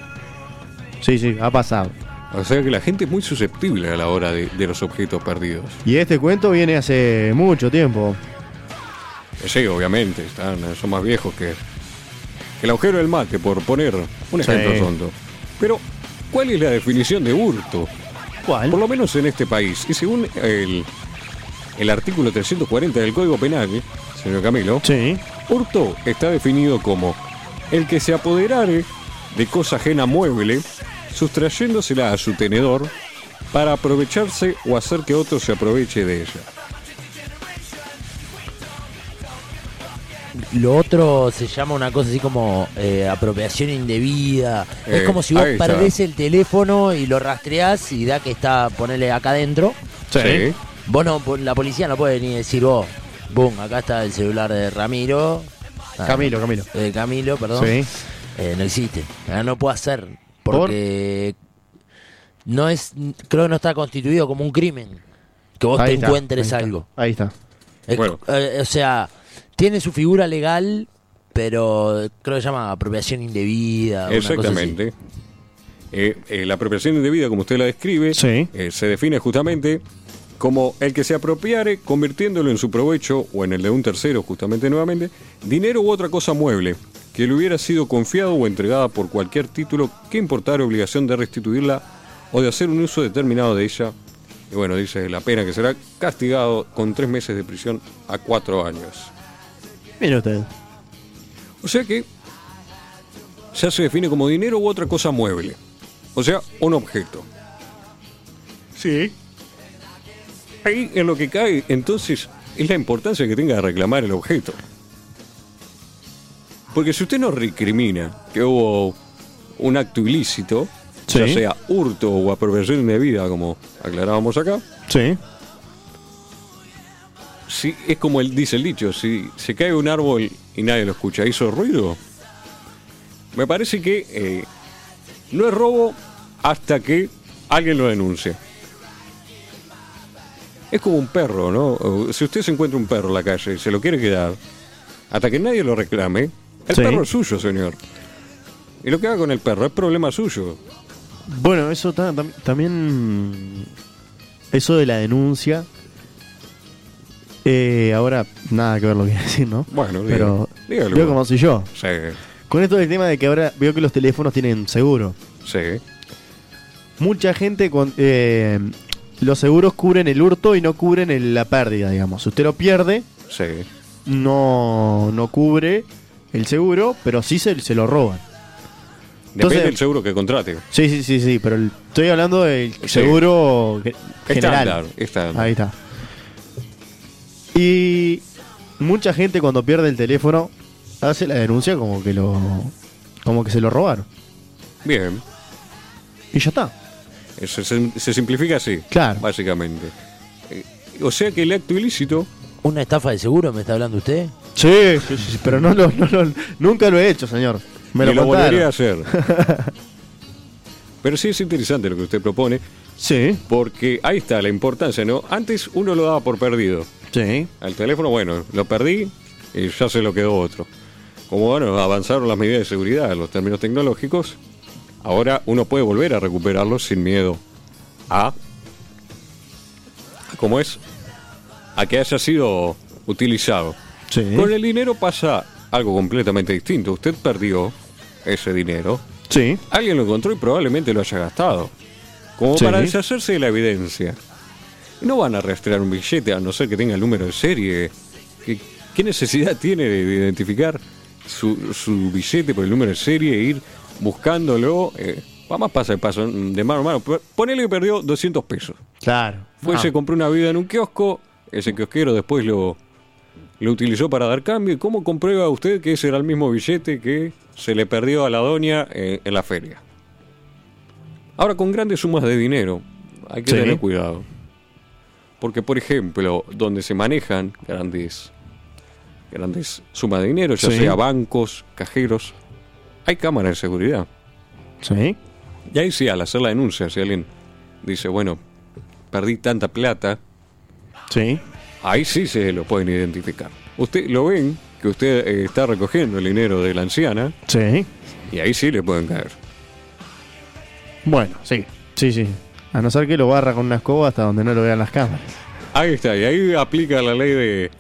Sí, sí, ha pasado.
O sea que la gente es muy susceptible a la hora de, de los objetos perdidos.
Y este cuento viene hace mucho tiempo.
Eh, Sí, obviamente, están, eh, son más viejos que, que el agujero del mate, por poner un
Sí.
ejemplo tonto. Pero, ¿cuál es la definición de hurto? Por
¿Cuál?
lo menos en este país. Y según el, el artículo 340 del Código Penal, señor Camilo,
Sí.
Hurto está definido como el que se apoderare de cosa ajena mueble, sustrayéndosela a su tenedor para aprovecharse o hacer que otro se aproveche de ella.
Lo otro se llama una cosa así como eh, apropiación indebida.
Eh,
es como si vos
ahí está.
perdés el teléfono y lo rastreás y da que está, ponele acá adentro.
Sí.
Vos no, po- la policía no puede ni decir vos, boom, acá está el celular de Ramiro. Ah,
Camilo, Camilo.
eh, Camilo, perdón.
Sí.
Eh, no existe. Ah, No puede hacer. Porque no es, creo que no está constituido como un crimen. Que vos te
está,
encuentres
ahí está,
algo.
Ahí está.
Eh,
Bueno.
eh, o sea, tiene su figura legal, pero creo que se llama apropiación indebida. una cosa así.
Exactamente. Eh, eh, la apropiación indebida, como usted la describe,
Sí.
eh, se define justamente como el que se apropiare, convirtiéndolo en su provecho o en el de un tercero, justamente nuevamente, dinero u otra cosa mueble, que le hubiera sido confiado o entregada por cualquier título que importara obligación de restituirla o de hacer un uso determinado de ella. Y bueno, dice la pena que será castigado con tres meses de prisión a cuatro años.
Mire usted.
O sea que ya se define como dinero u otra cosa mueble. O sea, un objeto.
Sí.
Ahí en lo que cae, entonces, es la importancia que tenga de reclamar el objeto. Porque si usted nos recrimina que hubo un acto ilícito,
Sí.
ya sea hurto o apropiación indebida, como aclarábamos acá,
Sí.
si, es como el, dice el dicho, si se cae un árbol y nadie lo escucha, ¿hizo ruido? Me parece que eh, no es robo hasta que alguien lo denuncie. Es como un perro, ¿no? O, Si usted se encuentra un perro en la calle y se lo quiere quedar, hasta que nadie lo reclame, el
Sí.
perro es suyo, señor. Y lo que haga con el perro es problema suyo.
Bueno, eso ta- tam- también. mm, Eso de la denuncia. Eh, ahora, nada que ver lo que iba a decir, ¿no?
Bueno,
pero.
dígalo.
Veo como soy yo.
Sí.
Con esto del tema de que ahora veo que los teléfonos tienen seguro.
Sí.
Mucha gente con. eh, los seguros cubren el hurto y no cubren el- la pérdida, digamos. Si usted lo pierde,
Sí.
no, no cubre el seguro, pero sí se, se lo roban.
Depende
Entonces-
del seguro que contrate.
Sí, sí, sí, sí, pero el- estoy hablando del
Sí.
seguro ge- general.
Estándar. estándar.
Ahí está. Y mucha gente cuando pierde el teléfono hace la denuncia como que lo como que se lo robaron.
Bien.
Y ya está.
Eh, Se, se- se simplifica así.
Claro.
Básicamente. Eh, O sea que el acto ilícito.
¿Una estafa de seguro me está hablando usted?
Sí, sí, sí, pero no lo, no lo- nunca lo he hecho, señor. Me lo,
ni lo
contaron.
volvería a hacer. Pero sí es interesante lo que usted propone.
Sí,
Porque ahí está la importancia, ¿no? Antes uno lo daba por perdido.
sí.
Al teléfono, bueno, lo perdí y ya se lo quedó otro. Como bueno, avanzaron las medidas de seguridad, los términos tecnológicos, ahora uno puede volver a recuperarlo sin miedo a. ¿Cómo es? A que haya sido utilizado.
Sí.
Con el dinero pasa algo completamente distinto. Usted perdió ese dinero,
Sí.
alguien lo encontró y probablemente lo haya gastado. Como
Sí.
para deshacerse de la evidencia. No van a rastrear un billete a no ser que tenga el número de serie. ¿Qué, qué necesidad tiene de identificar su, su billete por el número de serie e ir buscándolo? Eh, vamos paso a paso, de mano a mano. P- Ponele que perdió 200 pesos.
Claro.
Fue, se compró una bebida en un kiosco, ese kiosquero después lo, lo utilizó para dar cambio. ¿Y cómo comprueba usted que ese era el mismo billete que se le perdió a la doña eh, en la feria? Ahora, con grandes sumas de dinero, hay que
Sí.
tener cuidado. Porque, por ejemplo, donde se manejan grandes, grandes sumas de dinero, ya
Sí.
sea bancos, cajeros, hay cámaras de seguridad.
Sí.
Y ahí sí, al hacer la denuncia, si alguien dice, bueno, perdí tanta plata,
Sí.
Ahí sí se lo pueden identificar. Usted lo ven que usted eh, está recogiendo el dinero de la anciana
Sí.
y ahí sí le pueden caer.
Bueno, sí. Sí, sí. A no ser que lo barra con una escoba hasta donde no lo vean las cámaras.
Ahí está, y ahí aplica la ley de,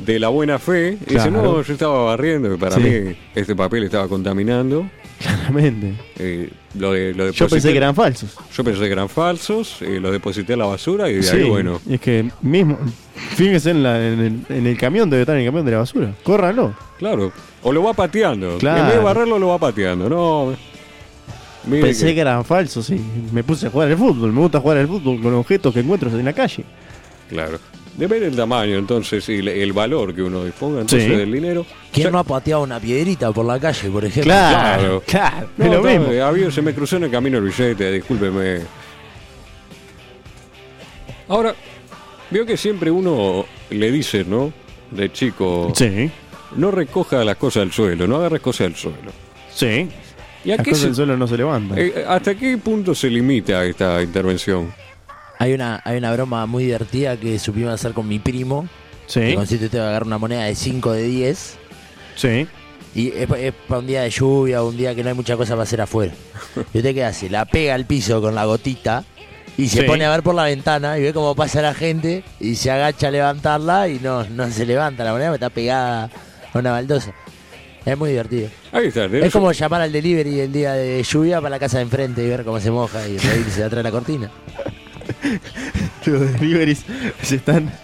de la buena fe. Y Dice,
Claro.
no, yo estaba barriendo y para
Sí.
mí este papel estaba contaminando.
Claramente.
Eh, lo de, lo
Yo
deposité-
pensé que eran falsos.
yo pensé que eran falsos, eh, los deposité a la basura y de ahí, bueno,
y Es que mismo. Fíjense en, la- en el, en el camión, debe estar en el camión de la basura. Córranlo.
claro. O lo va pateando.
Claro.
En vez de barrerlo, lo va pateando. No. mire
Pensé
que-
que eran falsos, sí. Me puse a jugar al fútbol. Me gusta jugar al fútbol con objetos que encuentro en la calle.
Claro. Depende del tamaño, entonces, y le- el valor que uno disponga entonces
Sí.
del dinero.
¿Quién
Ya-
no ha pateado una piedrita por la calle, por ejemplo?
Claro.
Claro, claro.
No,
es lo
está,
mismo.
eh, había- se me cruzó en el camino el billete, discúlpeme. Ahora, veo que siempre uno le dice, ¿no? De chico,
Sí,
no recoja las cosas del suelo, no agarres cosas del suelo.
sí.
¿Y a
Las
qué
cosas
se-
del suelo no se levantan.
eh, ¿Hasta qué punto se limita esta intervención?
Hay una, hay una broma muy divertida que supimos hacer con mi primo.
sí,
Que consiste usted va a agarrar una moneda de 5 de 10.
sí.
Y es, pa- es para un día de lluvia, un día que no hay mucha cosa para hacer afuera. ¿Y usted qué hace? La pega al piso con la gotita y se
Sí.
pone a ver por la ventana y ve cómo pasa la gente y se agacha a levantarla y no, no se levanta la moneda porque está pegada a una baldosa. Es muy divertido.
Ahí está. debe ser-
Es como llamar al delivery el día de lluvia para la casa de enfrente y ver cómo se moja y reírse de atrás de la cortina.
Los deliveries se están.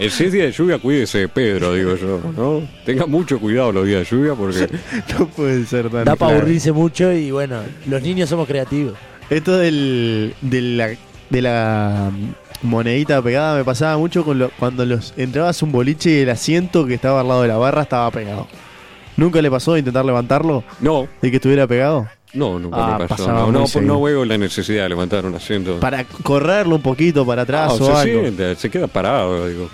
Eh, Si es día de lluvia, cuídese, Pedro, digo yo, ¿no? Tenga mucho cuidado los días de lluvia porque...
No pueden ser tan.
Da para
claros.
aburrirse mucho y bueno, los niños somos creativos.
Esto del, de, la, de la mm, monedita pegada me pasaba mucho con lo- cuando los entrabas a un boliche y el asiento que estaba al lado de la barra estaba pegado. ¿Nunca le pasó de intentar levantarlo
No,
y que estuviera pegado?
No, nunca
Ah,
me pasó.
pasaba
No,
muy
no,
seguido.
no veo la necesidad de levantar un asiento.
Para correrlo un poquito para
Ah,
atrás o
se
algo.
sienta, se queda parado, digo.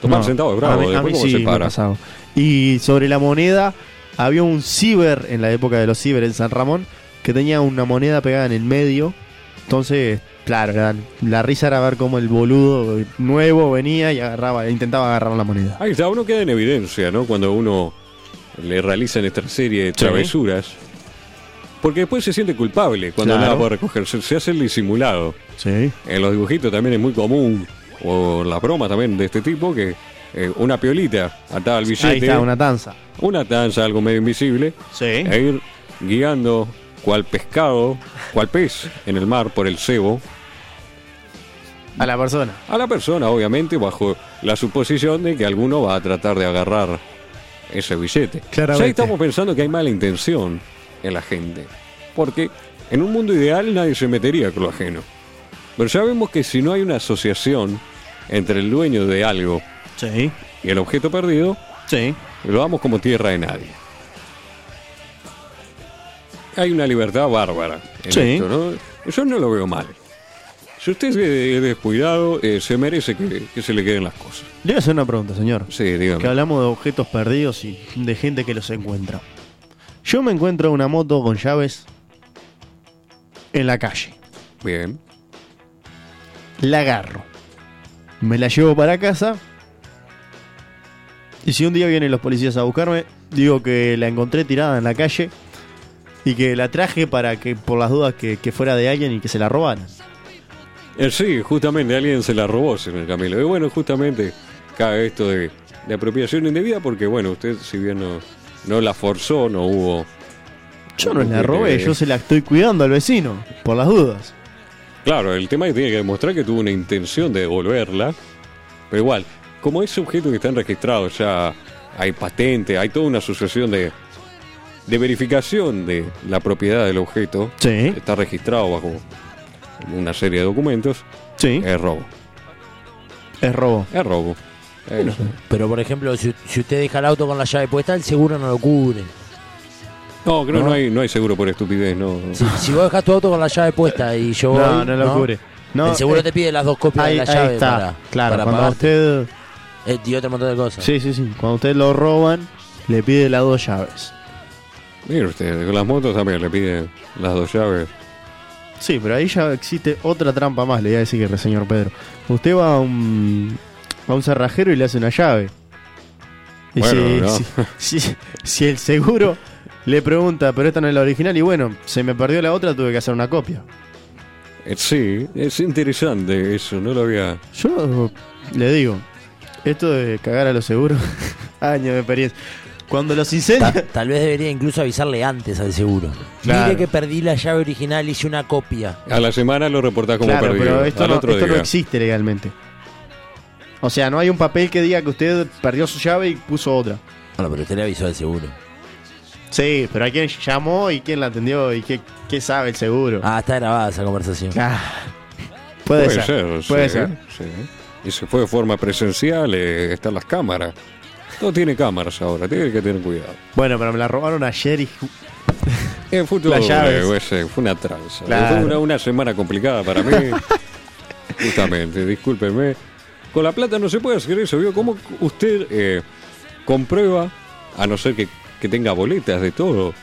Tomar
No,
sentado es
a
bravo,
mí- a
después
mí
cómo
sí
se
me
para.
pasaba. Y sobre la moneda, había un ciber en la época de los ciber en San Ramón que tenía una moneda pegada en el medio. Entonces, claro, la, la risa era ver cómo el boludo nuevo venía y agarraba, intentaba agarrar la moneda.
Ahí está, uno queda en evidencia, ¿no? Cuando uno le realizan esta serie de
Sí.
travesuras. Porque después se siente culpable cuando
Claro.
nada puede recogerse. Se hace el disimulado.
Sí.
En los dibujitos también es muy común, o en las bromas también de este tipo, que eh, una piolita atada al billete.
Ahí está, una tanza.
una tanza, algo medio invisible,
Sí.
e ir guiando cual pescado, cual pez en el mar por el cebo,
A la persona.
a la persona, obviamente, bajo la suposición de que alguno va a tratar de agarrar ese billete.
Claramente.
Ya estamos pensando que hay mala intención en la gente, porque en un mundo ideal nadie se metería con lo ajeno. Pero ya vemos que si no hay una asociación entre el dueño de algo
Sí.
y el objeto perdido,
Sí.
lo damos como tierra de nadie. Hay una libertad bárbara en
Sí.
esto, ¿no? Yo no lo veo mal. Si usted es de- es descuidado, eh, se merece que, que se le queden las cosas.
Le voy a hacer una pregunta, señor.
Sí, dígame.
Que hablamos de objetos perdidos y de gente que los encuentra. Yo me encuentro una moto con llaves en la calle.
Bien.
La agarro. Me la llevo para casa. Y si un día vienen los policías a buscarme, digo que la encontré tirada en la calle y que la traje para que por las dudas que, que fuera de alguien y que se la robaran.
Eh, sí, justamente alguien se la robó, señor Camilo. Y bueno, justamente cae esto de, de apropiación indebida porque, bueno, usted si bien no, no la forzó, no hubo...
Yo no la
Eh,
robé, yo se la estoy cuidando al vecino, por las dudas.
Claro, el tema es que tiene que demostrar que tuvo una intención de devolverla. Pero igual, como ese objeto que están registrados ya, hay patente, hay toda una asociación de, de verificación de la propiedad del objeto.
Sí,
Está registrado bajo una serie de documentos.
sí,
Es robo.
es robo.
Es robo. Eh, Es-
Pero, por ejemplo, si, si usted deja el auto con la llave puesta, el seguro no lo cubre.
no, creo que no hay, no hay seguro por estupidez, no.
Si, si vos dejas tu auto con la llave puesta y yo
No,
voy,
no lo cubre. No,
el seguro
eh,
te pide las dos copias
ahí,
de la
ahí
llave
está.
para,
claro,
para
cuando
pagarte.
usted,
Eh, y otro montón de cosas.
sí, sí, sí, cuando usted lo roban, le pide las dos llaves.
Mire usted, con las motos también le piden las dos llaves.
Sí, pero ahí ya existe otra trampa más, le voy a decir que señor Pedro. Usted va a un, a un cerrajero y le hace una llave. Y
Bueno,
si,
no.
si- si- si el seguro le pregunta, pero esta no es la original, y bueno, se me perdió la otra, tuve que hacer una copia.
Eh, Sí, es interesante eso, no lo había...
Yo le digo, esto de cagar a los seguros, años de experiencia. Cuando los incendios.
Ta- tal vez debería incluso avisarle antes al seguro.
Claro.
Mire que perdí la llave original, hice una copia.
A la semana lo reportás como
Claro,
perdido.
pero esto,
al
no,
otro
esto no
día.
existe legalmente. O sea, no hay un papel que diga que usted perdió su llave y puso otra.
Bueno, pero usted le avisó al seguro.
Sí, pero hay quien llamó y quién la atendió y qué, qué sabe el seguro.
Ah, está grabada esa conversación.
Ah, puede, ser. puede
sí,
ser.
sí. Y se fue de forma presencial, eh, están las cámaras. Todo tiene cámaras ahora, tiene que tener cuidado.
Bueno, pero me la robaron ayer y.
En fútbol
Las llaves.
eh, ese, fue una tranza.
Claro.
Fue una, una semana complicada para mí. Justamente, discúlpenme. Con la plata no se puede hacer eso, ¿vio? ¿Cómo usted eh, comprueba, a no ser que, que tenga boletas de todo,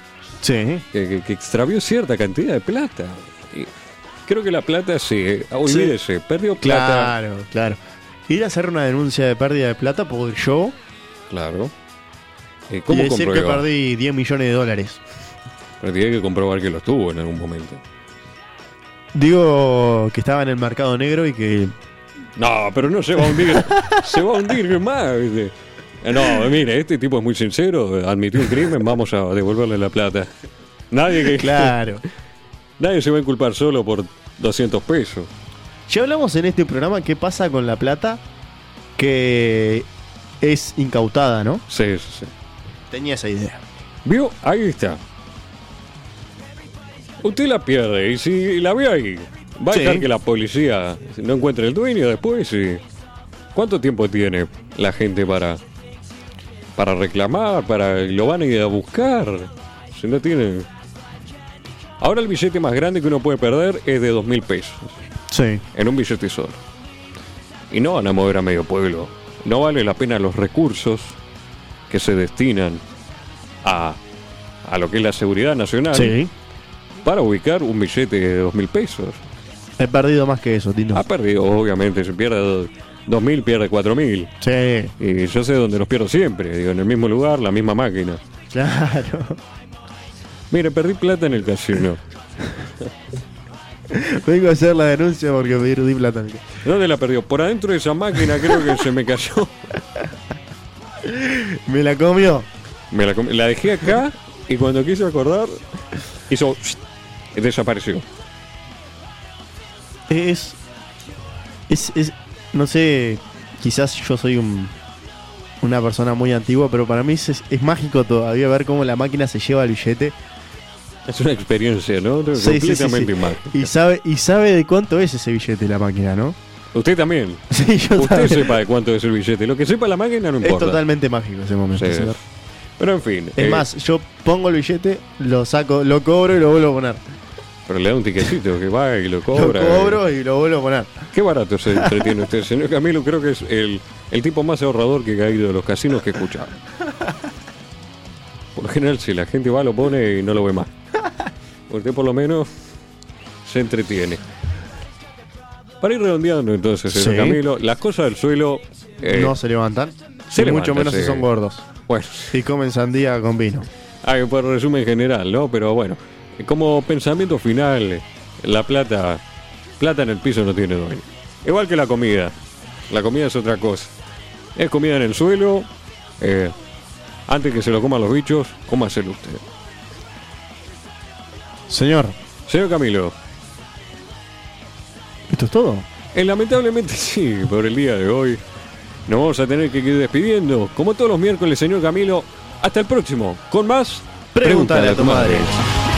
Sí.
que, que- que extravió cierta cantidad de plata? Y creo que la plata sí, eh, olvídese, perdió plata.
Claro, claro. Ir a hacer una denuncia de pérdida de plata por yo
Claro. Eh,
y
¿Cómo
decir que
comprueba?
perdí 10 millones de dólares.
Pero tiene que comprobar que lo tuvo en algún momento.
Digo que estaba en el mercado negro y que.
No, pero no se va a hundir. se va a hundir más. ¿viste? Eh, No, mire, este tipo es muy sincero. Admitió un crimen, vamos a devolverle la plata. Nadie, que,
Claro.
nadie se va a inculpar solo por 200 pesos.
Ya hablamos en este programa qué pasa con la plata que es incautada, ¿no?
Sí, sí, sí.
Tenía esa idea.
¿Vio? Ahí está. Usted la pierde y si la ve ahí, va a
Sí.
dejar que la policía no encuentre el dueño después y... ¿Cuánto tiempo tiene la gente para para reclamar, para lo van a ir a buscar? Si no tiene... Ahora el billete más grande que uno puede perder es de dos mil pesos,
Sí.
en un billete solo. Y no van a mover a medio pueblo. No vale la pena los recursos que se destinan a, a lo que es la seguridad nacional
Sí.
para ubicar un billete de dos mil pesos.
He perdido más que eso, Tino.
Ha perdido, obviamente, se pierde do- dos mil, pierde cuatro mil.
Sí.
Y yo sé dónde los pierdo siempre, digo, en el mismo lugar, la misma máquina.
Claro.
Mire, perdí plata en el casino.
Vengo a hacer la denuncia porque perdí plata.
¿Dónde la perdió? Por adentro de esa máquina creo que se me cayó.
¿Me la comió?
Me la, com- la dejé acá y cuando quise acordar, hizo. y desapareció.
Es, es. es- No sé. Quizás yo soy un- Una persona muy antigua, pero para mí es, es- es mágico todavía ver cómo la máquina se lleva el billete.
Es una experiencia, ¿no?
Sí, sí, sí, sí.
Completamente mágica.
Y sabe, y sabe de cuánto es ese billete la máquina, ¿no?
Usted también.
Sí, yo
Usted
también.
sepa de cuánto es el billete. Lo que sepa la máquina no
Es
importa.
totalmente mágico ese momento.
Sí.
señor.
Pero en fin.
Es
eh,
más, yo pongo el billete, lo saco, lo cobro y lo vuelvo a poner.
Pero le da un tiquecito que va y lo cobra.
lo
eh.
cobro y lo vuelvo a poner.
Qué barato se entretiene usted, señor Camilo. Creo que es el, el tipo más ahorrador que ha ido de los casinos que he escuchado. Por lo general, si la gente va, lo pone y no lo ve más. Usted por lo menos se entretiene. Para ir redondeando entonces, señor
Sí.
Camilo, las cosas del suelo... eh,
no se levantan.
se
y mucho
levantan,
menos
sí.
si son gordos.
Bueno,
Y comen sandía con vino.
hay un Ah, resumen general, ¿no? Pero bueno, como pensamiento final, la plata... Plata en el piso no tiene dueño. Igual que la comida. La comida es otra cosa. Es comida en el suelo. eh, antes que se lo coman los bichos, cómaselo usted.
Señor,
Señor Camilo,
¿esto es todo?
eh, lamentablemente sí, por el día de hoy. Nos vamos a tener que ir despidiendo. Como todos los miércoles, señor Camilo, hasta el próximo. Con más...
Pregúntale a tu madre.
madre.